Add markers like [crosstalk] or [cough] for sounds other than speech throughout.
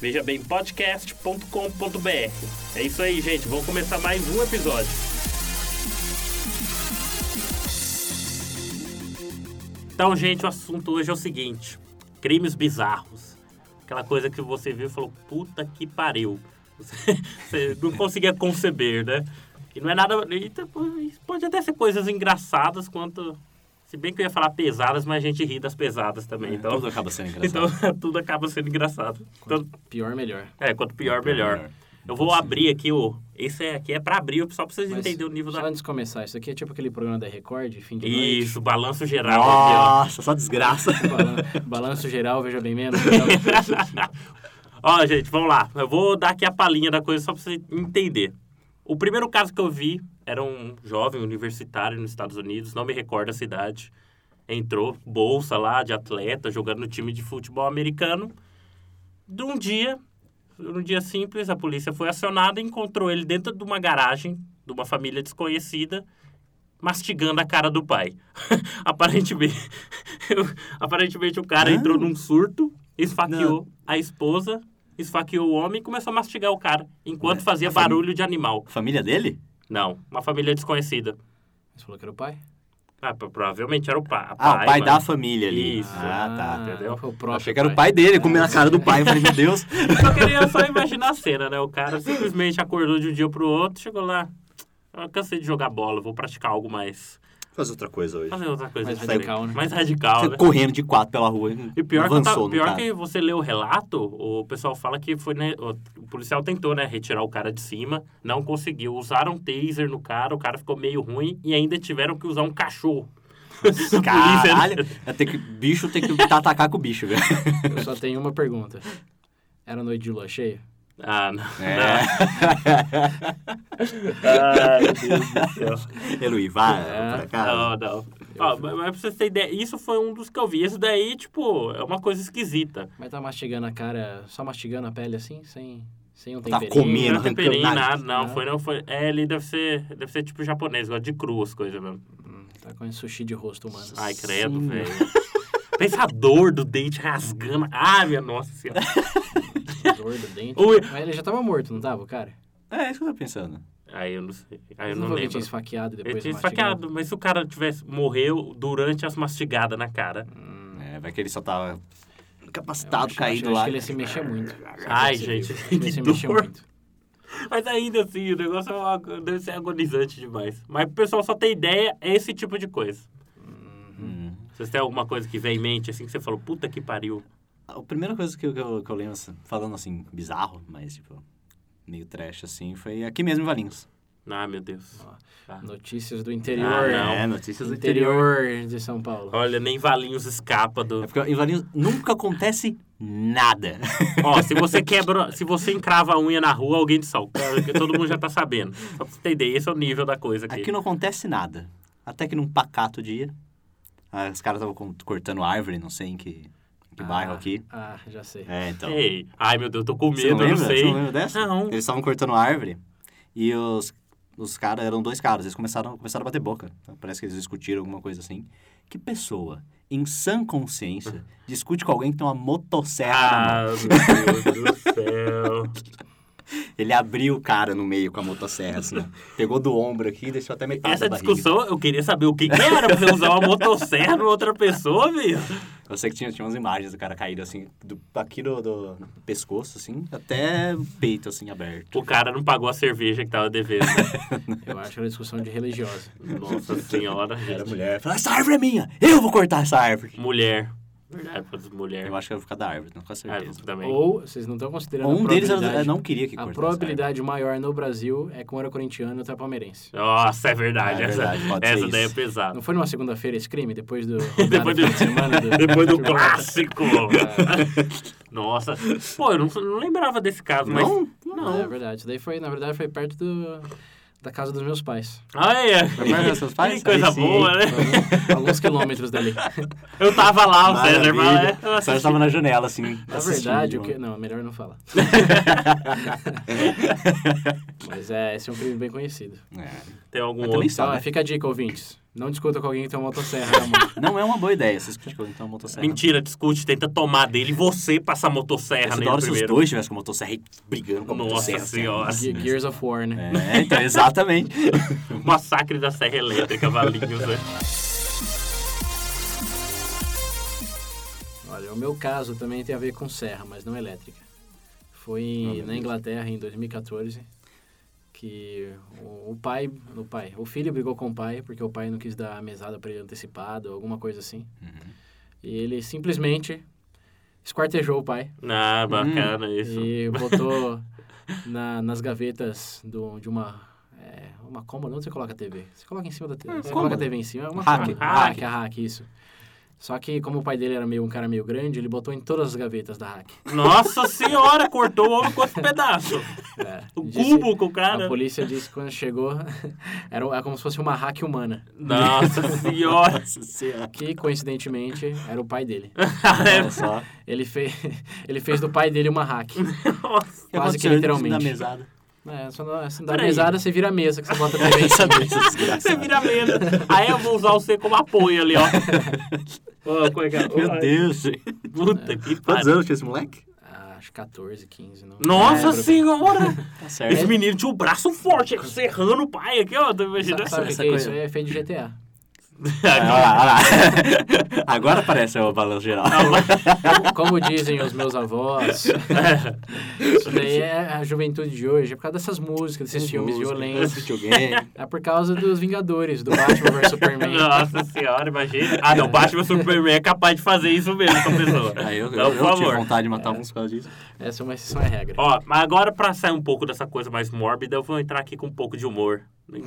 vejabempodcast.com.br. É isso aí, gente, vamos começar mais um episódio. Então, gente, o assunto hoje é o seguinte: crimes bizarros. Aquela coisa que você viu e falou, puta que pariu. [laughs] Você, você não conseguia conceber, né? E não é nada. e tá- Pode até ser coisas engraçadas quanto. Se bem que eu ia falar pesadas, mas a gente ri das pesadas também. então, É, Tudo acaba sendo engraçado. [laughs] então tudo acaba sendo engraçado. Então, Pior, melhor. é, quanto pior, Pior, melhor. melhor. Eu vou abrir aqui o. Esse é- aqui é pra abrir, só pra vocês Mas, entenderem o nível só da. antes de começar, isso aqui é tipo aquele programa da Record, fim de Isso, balanço geral aqui, ó. Nossa, só desgraça. noite. Balan- Balanço geral, veja bem menos. [laughs] Ó, gente, vamos lá. Eu vou dar aqui a palhinha da coisa só pra você entender. O primeiro caso que eu vi era um jovem universitário nos Estados Unidos, não me recordo a cidade. Entrou, bolsa lá de atleta, jogando no time de futebol americano. De um dia, num dia simples, a polícia foi acionada e encontrou ele dentro de uma garagem de uma família desconhecida, mastigando a cara do pai. [laughs] aparentemente, [laughs] aparentemente o cara Não. entrou num surto, esfaqueou Não. a esposa, esfaqueou o homem e começou a mastigar o cara, enquanto Ué, fazia É, a fami- barulho de animal. [laughs] Família dele? Não, uma família desconhecida. Você falou que era o pai? Ah, pro- provavelmente era o pai. a Ah, o pai [laughs] da mano. família ali. Isso. Ah, tá. entendeu? não foi é O Eu próprio achei que era o pai dele, comendo a cara do pai. Eu falei, meu [laughs] Deus. Só queria só imaginar a cena, né? O cara simplesmente acordou de um dia pro outro, chegou lá. Eu cansei de jogar bola, vou praticar algo mais. Faz outra coisa hoje. Fazer outra coisa Mais diferente, radical, né? Mais radical, né? Você correndo de quatro pela rua. E pior, é que, eu avançou tava- no pior cara. que você lê o relato, o pessoal fala que foi, né? O, o policial tentou, né? Retirar o cara de cima, não conseguiu. Usaram taser no cara, o cara ficou meio ruim e ainda tiveram que usar um cachorro. Da polícia, né? [laughs] [laughs] Caralho. Eu tenho que- bicho tem que atacar com o bicho, velho. Eu só tenho uma pergunta. Era noite de lua cheia? Ah, [laughs] não. [laughs] É. Ah, meu Deus do céu. Eloy, vai É. pra casa. Não, não. Ó, mas, mas pra vocês terem ideia, isso foi um dos que eu vi. Esse daí, tipo, é uma coisa esquisita. Mas tá mastigando a cara, só mastigando a pele assim, sem, sem um Tá temperinho. comendo. Não arrancando temperei nada. Né? nada, não. Ah. Foi, não foi. É, ele deve ser, deve ser tipo japonês, gosta de cru as coisas mesmo. Hum, Tá com sushi de rosto, humano. Ai, credo, [laughs] Sim. velho. Pensa a dor do dente rasgando. Ai, minha nossa senhora. Dor do assim, dente. Ui. Mas ele já tava morto, não tava, o cara? É, isso que eu tava pensando. Aí eu não sei. Aí eu Ele não, falou que lembro. tinha esfaqueado e Ele depois tinha mastigado? esfaqueado, mas se o cara tivesse morreu durante as mastigadas na cara. É, vai que ele só tava Eu incapacitado, acho- caído acho lá. né? que ele se mexia muito. Ai, Você viu? gente, Ele [laughs] que se mexia dor. muito. Mas ainda assim, o negócio é uma- deve ser agonizante demais. Mas o pessoal só tem ideia é esse tipo de coisa. Hum. Vocês têm alguma coisa que vem em mente, assim, que você falou, puta que pariu? A primeira coisa que eu, que eu, que eu lembro, assim, falando assim, bizarro, mas tipo, meio trash assim, foi aqui mesmo em Valinhos. Ah, meu Deus. Notícias do Ah, interior. não. É, notícias do interior. Interior de São Paulo. Olha, nem Valinhos escapa do. É porque em Valinhos nunca acontece nada. Ó, se você quebra. Se você encrava a unha na rua, alguém te solta. Porque todo mundo já tá sabendo. Só pra você ter ideia, esse é o nível da coisa aqui. Aqui não acontece nada. Até que num pacato dia, ah, os caras estavam co- cortando árvore, não sei em que, em que bairro aqui. Ah, [laughs] já sei. É, então. Ei, ai meu Deus, tô com Você medo, não eu lembra? não sei. Você não lembra dessa? Não. Eles estavam cortando árvore e os, os caras eram dois caras. Eles começaram, começaram a bater boca. Então, parece que eles discutiram alguma coisa assim. Que pessoa, em [laughs] sã consciência, discute com alguém que tem uma motosserra na mão? Ah, meu Deus do céu. Ele abriu o cara no meio com a motosserra, assim. ó. Pegou do ombro aqui e deixou até metade Essa da barriga. discussão, eu queria saber o que, que era pra você usar uma motosserra numa outra pessoa, viu? Eu sei que tinha, tinha umas imagens do cara caído, assim, do, aqui do, do pescoço, assim, até o peito, assim, aberto. O cara não pagou a cerveja que tava devendo. né? Eu acho que era discussão de religiosa. Nossa senhora. gente. mulher. Fala, essa árvore é minha! Eu vou cortar essa árvore! Mulher. Verdade, pra mulher. Eu acho que é era por causa da árvore, não com Ah, certeza. isso também. Ou, vocês não estão considerando a um deles era- probabilidade- não queria que A cortasse probabilidade maior no Brasil é que um era corintiano e outro era palmeirense. Nossa, é verdade. É essa verdade, pode ser essa daí é isso. pesada. Não foi numa segunda-feira esse crime? Depois [laughs] do. [laughs] Depois do, fim de semana do- depois do do- clássico. Nossa. Pô, eu não, não lembrava desse caso, mas... É. Não? Não, é verdade. Isso daí foi, na verdade, foi perto do, da casa dos meus pais. Ah, é. Foi mais dos Tá seus pais? Que coisa Aí sim, boa, né? Alguns- [laughs] Alguns quilômetros dali. Tá Eu tava lá, o César. mas Maravilha. é, eu O César assisti. estava na janela, assim. Na assistindo, É verdade, o mano. que... Não, melhor não falar. Mas é, esse é um crime bem conhecido. É. Tem algum Mas outro. também Então, sabe. é, fica a dica, ouvintes. Não discuta com alguém que tem uma motosserra na mão. Não é uma boa ideia, vocês criticam então a motosserra. Mentira, discute, tenta tomar dele e você passa a motosserra Essa nele da hora se os primeiro. dois tivessem com a motosserra e brigando com a Nossa motosserra. assim, senhora. assim, Ge- assim. Gears of War, né? É, então, exatamente. [laughs] Massacre da Serra Elétrica, Valinhos, né? Olha, o meu caso também tem a ver com serra, mas não elétrica. Foi Ah, em- na Inglaterra em 2014 que o, o pai, o pai, o filho brigou com o pai porque o pai não quis dar a mesada para ele antecipada, alguma coisa assim. Uhum. E ele simplesmente esquartejou o pai Hum, Ah, bacana isso. [laughs] e botou na- nas gavetas do- de uma é, uma cômoda, onde você coloca a TV? Você coloca em cima da TV. Você coloca cômoda. a TV em cima, é uma Rack. cômoda. Rack. rack, a rack, isso. Só que como o pai dele era meio um cara meio grande, ele botou em todas as gavetas da rack. Nossa senhora, cortou o homem quanto pedaço. É, [laughs] O disse- cubo com o A cara. polícia disse que quando chegou, [laughs] era, era como se fosse uma hack humana. Nossa senhora. [laughs] Nossa senhora. Que, coincidentemente, era o pai dele. É, Olha só. Ele, fe... [laughs] ele fez do pai dele uma hack. Nossa. Quase que Aconteceu antes literalmente. Da [laughs] mesada. É, só na, assim, da Peraí. mesada, você vira a mesa que você bota a TV em cima. Sabe Você isso, É desgraçado. vira mesa. Aí eu vou usar você como apoio ali, ó. Ó, como é que é? Meu Deus, gente. Puta que Quantos pariu. anos tinha esse moleque? Ah, acho 14, 15. Não, Nossa não lembro. senhora! Tá Esse certo. menino tinha o braço forte, é, serrando o pai aqui, ó. Tô imaginando. Sabe, sabe o que essa que é coisa. isso? É efeito de GTA. Ah, Olha lá, olha lá. [laughs] Agora aparece o balanço geral. Como, como dizem os meus avós, É. isso daí é a juventude de hoje. É por causa dessas músicas, desses filmes Música, violentos. videogame. É por causa dos Vingadores, do Batman vs Superman. Nossa senhora, imagina. Ah, não, Batman Superman é capaz de fazer isso mesmo com a pessoa. Aí eu, Não, eu, por eu tive favor. vontade de matar uns por causa disso. Essa é uma exceção à regra. Ó, mas agora pra sair um pouco dessa coisa mais mórbida, eu vou entrar aqui com um pouco de humor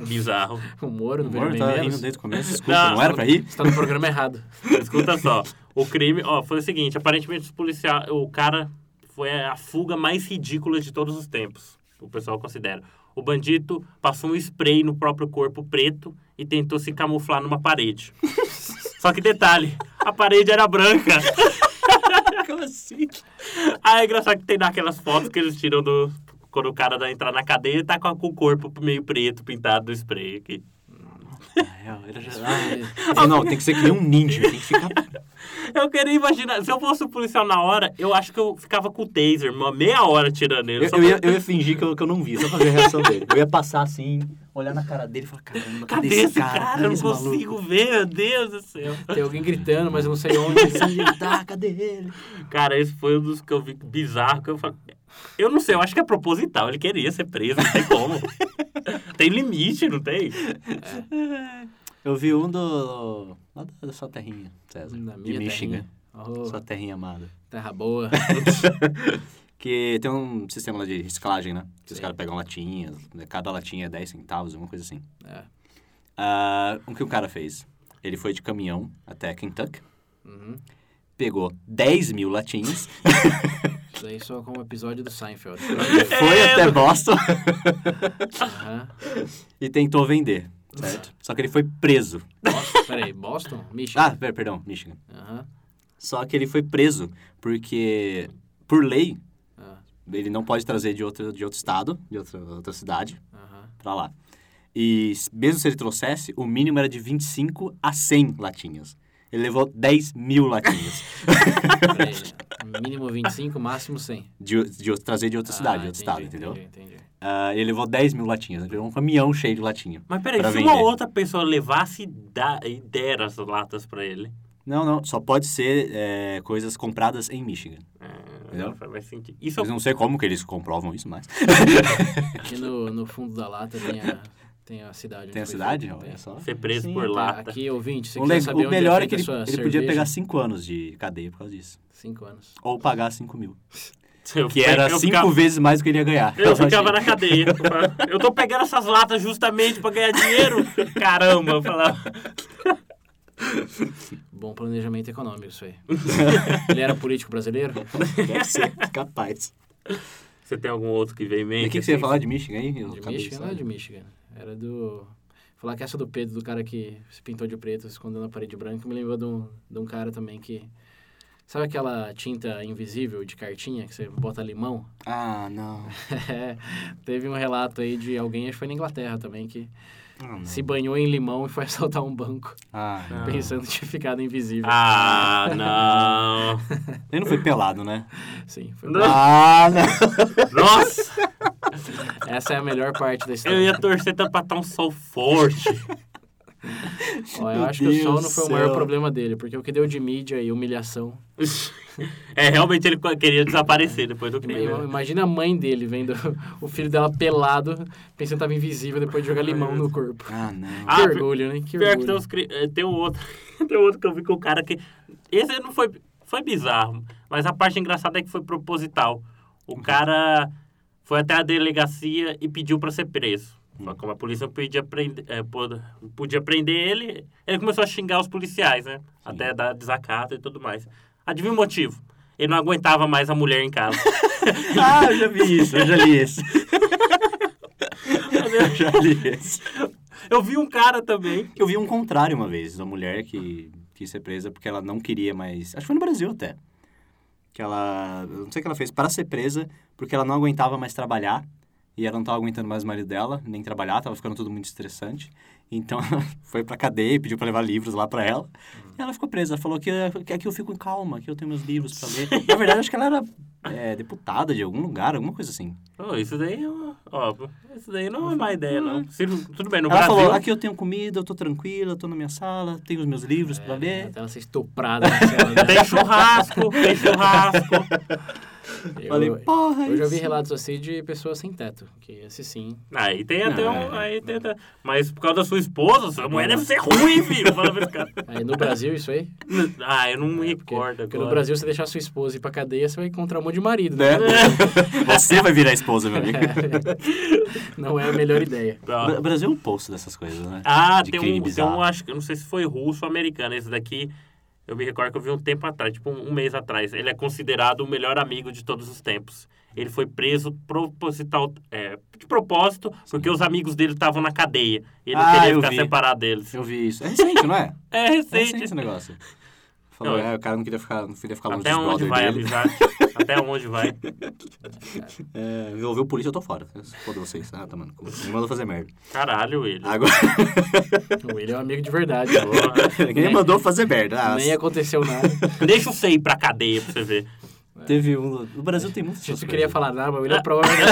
bizarro. O Moro não O veio Moro bem tá menos. rindo desde o começo, desculpa, Não, não, era pra [laughs] rir? Você tá no programa errado. [laughs] Escuta só. O crime, ó, foi o seguinte, aparentemente os policiais, o cara foi a fuga mais ridícula de todos os tempos, o pessoal considera. O bandido passou um spray no próprio corpo preto e tentou se camuflar numa [laughs] parede. Só que detalhe, a parede era branca. [laughs] Como assim? Ah, é engraçado que tem naquelas fotos que eles tiram do. Quando o cara dá entrar na cadeia, ele tá com, a- com o corpo meio preto pintado do spray aqui. Ele já... Ah, não, tem que ser que nem um ninja, tem que ficar... [laughs] Eu queria imaginar, se eu fosse o policial na hora, eu acho que eu ficava com o taser, uma meia hora tirando ele. Eu, só eu ia, pra- eu ia fingir que eu, que eu não vi, só pra ver a reação dele. Eu ia passar assim, olhar na cara dele e falar, caramba, cadê, Cadê esse cara? Eu não consigo ver, meu Deus do céu. Tem alguém gritando, mas eu não [laughs] sei onde. Onde ele tá? Cadê ele? Cara, esse foi um dos que eu vi bizarro, que eu falei... Eu não sei, eu acho que é proposital, ele queria ser preso, não tem [laughs] como. tem limite, não tem? Eu vi um do... lá da sua terrinha, César. Na minha de Michigan. terrinha. Oh, Sua terrinha amada. terra boa. Que tem um sistema lá de reciclagem, né? Que os Sim. caras pegam latinhas, né? cada latinha é 10 centavos, alguma coisa assim. É. Ah, o que o cara fez? Ele foi de caminhão até Kentucky, Uhum. pegou 10 mil latinhas, Isso daí só com o episódio [laughs] do Seinfeld. foi até Boston [laughs] Aham. e tentou vender, certo? Só que ele foi preso. Boston, peraí, Boston? Michigan? Ah, per- perdão, Michigan. Aham. Só que ele foi preso porque, por lei, Ah. ele não pode trazer de outro, de outro estado, de outra, outra cidade, Aham. pra lá. E s- mesmo se ele trouxesse, o mínimo era de 25 a 100 latinhas. Ele levou 10 mil latinhas. Peraí. É, Mínimo 25, máximo 100. de, de outro- trazer de outra cidade, de outro estado, entendeu? Ah, Entendi, entendi. Ah, ele levou 10 mil latinhas, ele levou um caminhão cheio de latinha. Mas peraí, Pra se uma vender. outra pessoa levasse e dá- e der as latas pra ele... Não, não, só pode ser é, coisas compradas em Michigan. Entendeu? Não faz sentido. Então- Isso é Eu não sei como que eles comprovam isso, mas... Aqui no, no fundo da lata tem a Tem a cidade. Tem a onde foi cidade? feito, Olha tem. só. Ser preso Sim, por tem. lata. Aqui, ouvinte, se O, quiser le- saber o onde melhor é feita que ele, a sua ele podia cerveja, pegar 5 anos de cadeia por causa disso. Cinco anos. Ou pagar 5 mil. Eu Que é fica- era eu 5 ficava- vezes mais do que ele ia ganhar. Então, Eu ficava na cadeia. Eu falava, Eu tô pegando essas latas justamente pra ganhar dinheiro. Caramba, eu falava. Bom planejamento econômico, isso aí. [laughs] ele era político brasileiro? Deve ser, [laughs] capaz. Você tem algum outro que vem em E mente? o que, que você ia assim? falar de Michigan aí? Eu De acabei Michigan? Não é só- de Michigan. Era do... Falar que essa do Pedro, do cara que se pintou de preto, se escondeu na parede branca, me lembrou de um, de um cara também que... Sabe aquela tinta invisível de cartinha que você bota limão? Ah, não. É, [laughs] teve um relato aí de alguém, acho que foi na Inglaterra também, que Ah, não. se banhou em limão e foi [laughs] assaltar um banco, Ah, não. pensando que tinha ficado invisível. Ah, não. Ah, Ele não foi pelado, [laughs] né? Sim, foi Não. Ah, não. Nossa, Essa é a melhor parte da história. eu ia torcer tanto pra estar um sol forte. [laughs] Ó, eu Meu acho que o sol Deus não foi do o maior céu. problema dele, porque o que deu de mídia e humilhação. É, realmente ele queria desaparecer depois do crime. Eu- né? Imagina a mãe dele vendo [laughs] o filho dela pelado, pensando que tava invisível depois de jogar limão no corpo. Ah, não. Ah, que pi- orgulho, né? Que Pior que tem, orgulho. uns, cri- eh, tem um outro. [laughs] tem um outro que eu vi com o cara que. Esse não foi. Foi bizarro. Mas a parte engraçada é que foi proposital. O cara foi até a delegacia e pediu pra ser preso. Só que como a polícia não podia prender, eh, pod- podia prender ele, ele começou a xingar os policiais, né? Até dar desacato e tudo mais. Adivinha o motivo? Ele não aguentava mais a mulher em casa. Ah, eu já vi isso, eu já li isso. eu já li isso. eu vi um cara também. Eu vi um contrário uma vez, uma mulher que quis ser presa porque ela não queria mais. Acho que foi no Brasil até. Que ela. Eu não sei o que ela fez para ser presa porque ela não aguentava mais trabalhar. E ela não tava aguentando mais o marido dela, nem trabalhar, tava ficando tudo muito estressante. Então [laughs] ela foi pra cadeia e pediu pra levar livros lá pra ela. E ela ficou presa, falou que, que aqui eu fico em calma, que eu tenho meus livros pra ler. Na verdade, acho que ela era é, deputada de algum lugar, alguma coisa assim. Ô, isso daí, é uma- ó, isso daí não é má ideia, não. Se- Tudo bem, no ela Brasil. falou, aqui eu tenho comida, eu tô tranquila, eu tô na minha sala, tenho os meus livros É, pra ler. Até ela ser estuprada na cela Tem dela. churrasco, tem churrasco. né? Eu- [laughs] Falei, porra, Eu já vi isso. relatos assim de pessoas sem teto, que esse sim. Aí tem até Não, um. é. Aí tem até- Mas por causa da sua esposa, sua mulher deve ser ruim, filho. Fala pra esse cara. Aí no Brasil, [laughs] isso aí. Ah, eu não me É, porque- recordo Porque agora. no Brasil, você deixar sua esposa ir pra cadeia, você vai encontrar um monte de marido, né? Né? [laughs] Você vai virar esposa, meu [laughs] amigo. Não é a melhor ideia. Tá. O Brasil é um poço dessas coisas, né? Ah, de tem crime um, tem bizarro. um, acho que eu não sei se foi russo ou americano. Esse daqui, eu me recordo que eu vi um tempo atrás, tipo um, um mês atrás. Ele é considerado o melhor amigo de todos os tempos. Ele foi preso proposital, é, de propósito, porque os amigos dele estavam na cadeia. Ele não Ah, queria eu ficar vi. separado deles. Eu vi isso. É recente, não [laughs] é? É É recente recente. esse negócio. Falou, Não, é, o cara não queria ficar, não queria ficar longe Até dos onde brother vai a dele. amizade? Até onde vai? [laughs] É, envolveu polícia, eu tô fora. Foda vocês. Ah, tá, mano. Me mandou fazer merda. Caralho, ele. Agora, [laughs] O William é um amigo de verdade. ninguém mandou fazer merda. Ah, Nem aconteceu nada. Deixa o C ir pra cadeia pra você ver. teve um... O Brasil tem muitos... A gente não queria falar nada, mas [laughs] o William provavelmente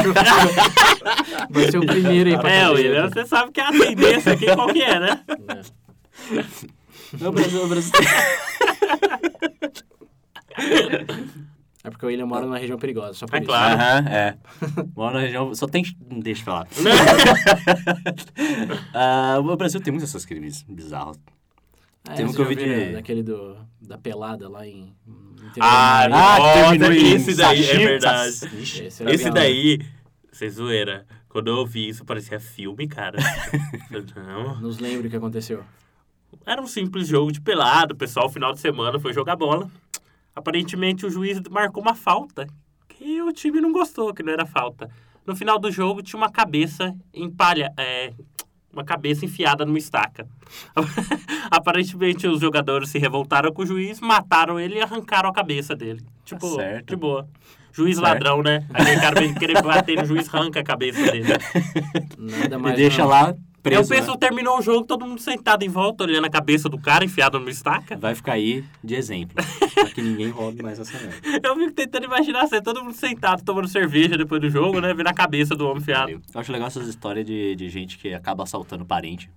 vai ser o primeiro aí pra É, cadeia. né?" William, você sabe que a tendência aqui qual que é, né? É. O Brasil, o Brasil tem... É porque o William mora numa região perigosa, só por É isso. claro. Aham, é. [laughs] Mora na região... Só tem... Deixa eu [laughs] falar. Ah, o Brasil tem muitos essas crimes bizarros. Ah, Tem um você que eu já vi viu de- Daquele do, da pelada lá em... no interior Ah, do Maranhão? ah, Nossa, terminou em esse daí, é sashimi, verdade. sashimi. Esse era Esse bem- daí, você zoeira. Quando eu ouvi isso, parecia filme, cara. Eu, Não. Nos lembra o que aconteceu. Era um simples jogo de pelado. O pessoal, final de semana, foi jogar bola. Aparentemente, o juiz marcou uma falta. Que o time não gostou, que não era falta. No final do jogo, tinha uma cabeça em palha. É, uma cabeça enfiada numa estaca. [laughs] Aparentemente, os jogadores se revoltaram com o juiz, mataram ele e arrancaram a cabeça dele. Tipo, Tá certo. Tá de boa. Juiz Certo. ladrão, né? Aquele cara vem querer bater no juiz, arranca a cabeça dele. Nada Ele mais. deixa não. lá Aí o [laughs] preso. né? pessoal terminou o jogo, todo mundo sentado em volta, olhando a cabeça do cara enfiado numa estaca. né? Vai ficar aí de [laughs] exemplo. pra que ninguém roube mais essa merda. [laughs] Eu fico tentando imaginar você, todo mundo sentado tomando cerveja depois do jogo, né? Vendo a cabeça do homem fiado. Eu acho legal essas histórias de, de gente que acaba assaltando parente,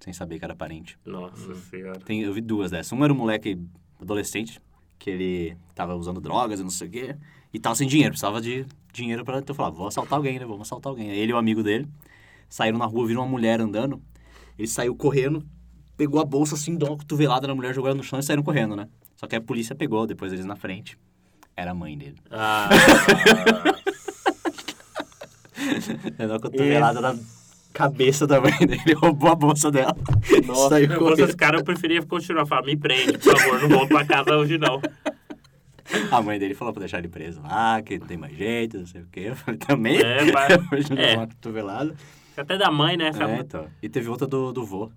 sem saber que era parente. Nossa Hum. senhora. Tem, eu vi duas dessas. Uma era um moleque adolescente, que ele tava usando drogas e não sei o quê, "Ah, e tava sem dinheiro, precisava de dinheiro pra. Então eu falava, vou assaltar alguém, né? Vamos assaltar alguém. Aí ele e o amigo dele saíram na rua, viram uma mulher andando. Ele saiu correndo, pegou a bolsa assim, deu uma cotovelada na mulher, jogou ela no chão e saíram correndo, né? Só que a polícia pegou depois eles na frente. Era a mãe dele. [laughs] Ah, Deu uma cotovelada na cabeça da mãe dele, [laughs] roubou a bolsa dela. Nossa, saiu se eu fosse correndo. esse cara, eu preferia continuar falando, me prende, por favor, não volto pra casa hoje, não. A mãe dele falou pra deixar ele preso lá, que não tem mais jeito, não sei o quê. Eu falei, também? É, vai. [laughs] Hoje não É. uma cotovelada. Até da mãe, né? Essa É, então. E teve outra do, do vô.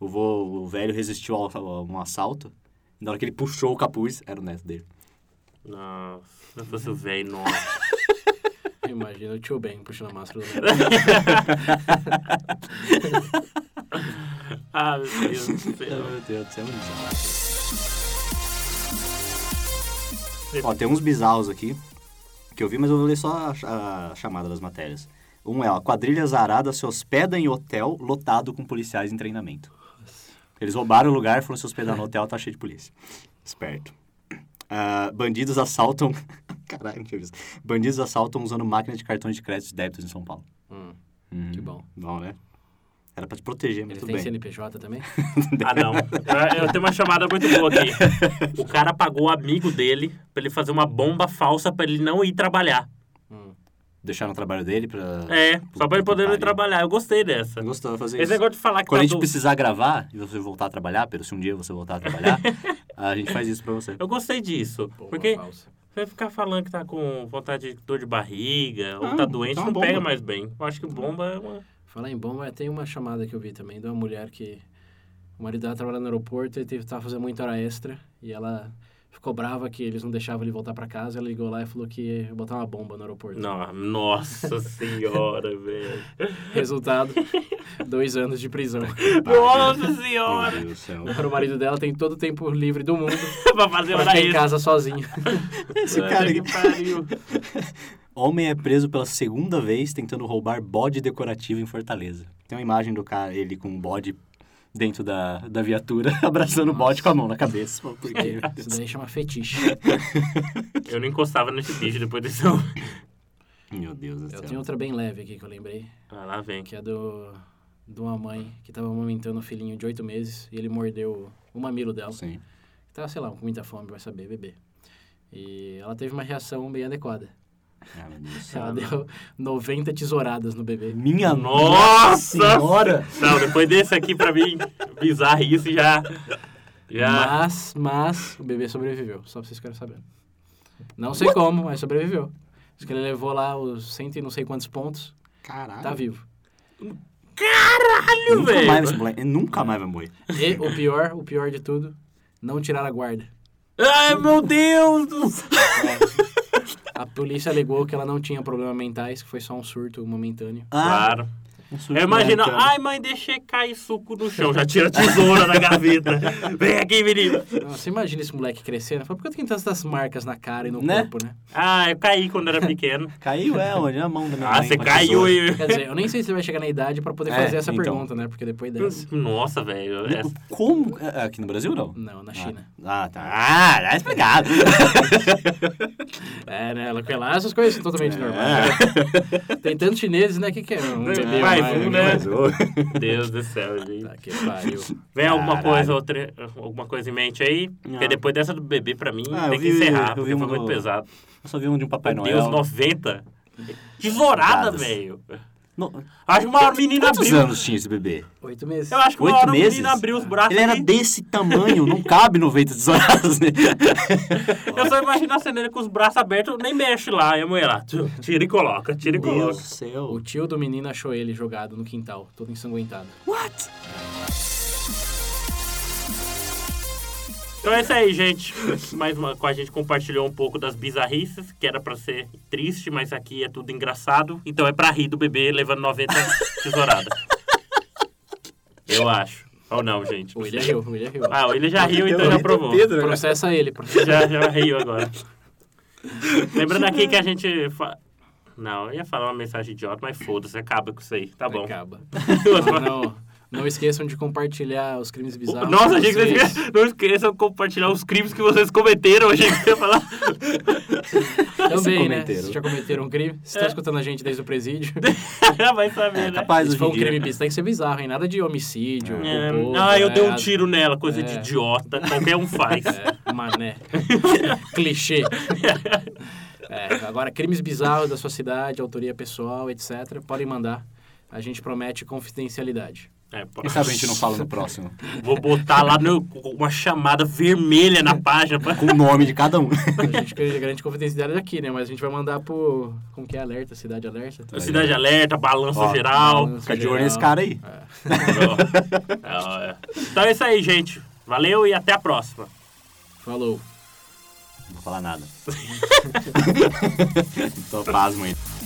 O vô, o velho resistiu ao- a um assalto. Na hora que ele puxou o capuz, era o neto dele. Nossa, se eu fosse o velho, nossa. [laughs] Imagina o tio Ben puxando a [laughs] máscara do Neto. Ah, meu Deus do céu. [laughs] meu Deus do céu, é um bizarro. Ó, tem uns bizarros aqui que eu vi, mas eu vou ler só a, ch- a chamada das matérias. Um é, ó, quadrilha zarada se hospeda em hotel lotado com policiais em treinamento. Eles roubaram o lugar, foram se hospedar [laughs] no hotel, tá cheio de polícia. Esperto. Ah, bandidos assaltam... [laughs] Caralho, não tinha visto. é Bandidos assaltam usando máquina de cartões de crédito e débitos em São Paulo. Hum, Uhum. que bom. Bom, né? Era pra te proteger, mas Ele tudo tem bem. [laughs] CNPJ também? Ah, não. Eu, eu tenho uma chamada muito boa aqui. O cara pagou o amigo dele pra ele fazer uma bomba falsa pra ele não ir trabalhar. Hum. Deixaram o trabalho dele pra... É, só pra Puta que ele poder não ir pariu. trabalhar. Eu gostei dessa. Não gostou de fazer Esse isso? negócio de falar que Quando tá a gente do... precisar gravar e você voltar a trabalhar, Pedro, se um dia você voltar [laughs] a trabalhar, a gente faz isso pra você. Eu gostei disso. Pô, porque falsa. você ficar falando que tá com vontade de dor de barriga ou Não, tá doente, tá não uma bomba. pega mais bem. Eu acho que bomba é uma. Falar em bomba, tem uma chamada que eu vi também de uma mulher que... O marido dela trabalhava no aeroporto, ele teve, tava fazendo muita hora extra e ela ficou brava que eles não deixavam ele voltar pra casa. Ela ligou lá e falou que ia botar uma bomba no aeroporto. Não, nossa senhora, velho. [laughs] Resultado, dois anos de [laughs] prisão. Nossa Meu senhora! [laughs] Deus do céu. Para o marido dela, tem todo o tempo livre do mundo pra fazer pra hora ficar em extra. casa sozinho. Esse Puta cara [laughs] que aqui. pariu. Homem é preso pela segunda vez tentando roubar bode decorativo em Fortaleza. Tem uma imagem do cara, ele com um bode dentro da, da viatura, [laughs] abraçando o bode com a mão na cabeça. Fala, Por quê? meu [laughs] Isso Deus? daí chama fetiche. Eu não encostava nesse bicho depois desse homem. Meu Deus do Eu céu. tenho outra bem leve aqui que eu lembrei, Ah, lá vem. que é do de uma mãe que tava amamentando um filhinho de oito meses e ele mordeu o mamilo um dela. Sim. Tava, Tá, sei lá, com muita fome, vai saber, bebê. E ela teve uma reação bem adequada. Ah, meu Deus do céu. Ela deu [laughs] 90 tesouradas no bebê. Minha Nossa senhora! Não, depois desse aqui, pra mim, bizarro isso já. Já. Mas, mas, o bebê sobreviveu, só pra vocês ficarem sabendo. Não sei como, mas sobreviveu. Diz que ele levou lá os cento e não sei quantos pontos, Caralho. tá vivo. Caralho, Nunca mais, esse velho! moleque- nunca mais vai morrer. E o pior, o pior de tudo, não tiraram a guarda. Ai, meu Deus do céu! A polícia alegou que ela não tinha problemas mentais, que foi só um surto momentâneo. Claro. ah! um surto Eu imagino, momentâneo. ai mãe, deixei cair suco no chão, já tira a tesoura da gaveta. Vem aqui, menino. Nossa, Você imagina esse moleque crescendo? Fala, por que eu tenho tantas marcas na cara e no Né? corpo, né? Ah, eu caí quando era [laughs] pequeno. Caiu, é, onde? Na mão da minha Ah, mãe. você com a caiu tesoura. e. Quer dizer, eu nem sei se ele vai chegar na idade pra poder É, fazer essa então. pergunta, né? Porque depois dessa... [laughs] Nossa, velho. essa- Como? É, é Aqui no Brasil, não? Não, na China. Ah, tá. Ah, já explicado. É, né? Ela com ela, essas coisas são totalmente normais. É. [laughs] Tem tantos chineses, né? O que que é? Um bebê, Mais mais, um, né? né? Mas, ô, Deus do céu, gente. Tá, que pariu. Vem alguma Caralho. coisa, outra, alguma coisa em mente aí? Porque Ah. depois dessa do bebê, pra mim, Ah, eu tem que vi- encerrar, eu porque vi foi um muito do- pesado. Eu só vi um de um Papai Meu Deus, Noel. 90? Tesourada, Dadas. velho. No- Acho que uma menina Quantos abriu. anos tinha esse bebê? Oito meses. Eu acho que uma Oito hora meses? o menino abriu os braços. Ele era e- desse tamanho, não cabe 90 tesouradas nele. Eu só imagino a cena dele com os braços abertos, nem mexe lá. E a mulher lá, tu- tira e coloca, tira e Meu Deus coloca. do céu. O tio do menino achou ele jogado no quintal, todo ensanguentado. What? Então é isso aí, gente. Mais uma, com a gente compartilhou um pouco das bizarrices, que era pra ser triste, mas aqui é tudo engraçado. Então é pra rir do bebê levando 90 [laughs] tesouradas. Eu acho. Ou não, gente. O não William sei. riu, o William riu. Ah, o William já riu, então já aprovou. né? Processa ele, processa Já, já riu agora. Lembrando aqui que a gente. fa- [laughs] Não, eu ia falar uma mensagem idiota, mas foda-se, acaba com isso aí. Tá bom. Acaba. Duas Não, não, Não esqueçam de compartilhar os crimes bizarros. Nossa, com achei que vocês. vocês [laughs] não esqueçam de compartilhar os crimes que vocês cometeram. Achei que você ia falar. [laughs] Também, né? cometeram. Vocês já cometeram um crime? Você tá É. escutando a gente desde o presídio? [laughs] Vai saber, É né? capaz Se hoje for em um dia. né? crime bizarro, tem que ser bizarro, hein? Nada de homicídio, É, roubo, ah, eu né? dei um tiro nela, coisa de É. idiota. Qualquer um [laughs] faz. [laughs] É, mané. Clichê. É, agora, crimes bizarros da sua cidade, autoria pessoal, etc. Podem mandar. A gente promete confidencialidade. É, pô. Quem sabe a gente não fala no [laughs] próximo. Vou botar lá no- uma chamada vermelha na página. pra- Com o nome de cada um. A gente garante confidencialidade aqui, né? Mas a gente vai mandar pro... Como que é? Alerta? Cidade Alerta? [laughs] Cidade Alerta, Balanço Ó. Geral. [laughs] Balanço. Fica de olho nesse cara aí. É, é. Então é isso aí, gente. Valeu e até a próxima. Falou. Não vou falar nada. [laughs] Tô pasmo aí.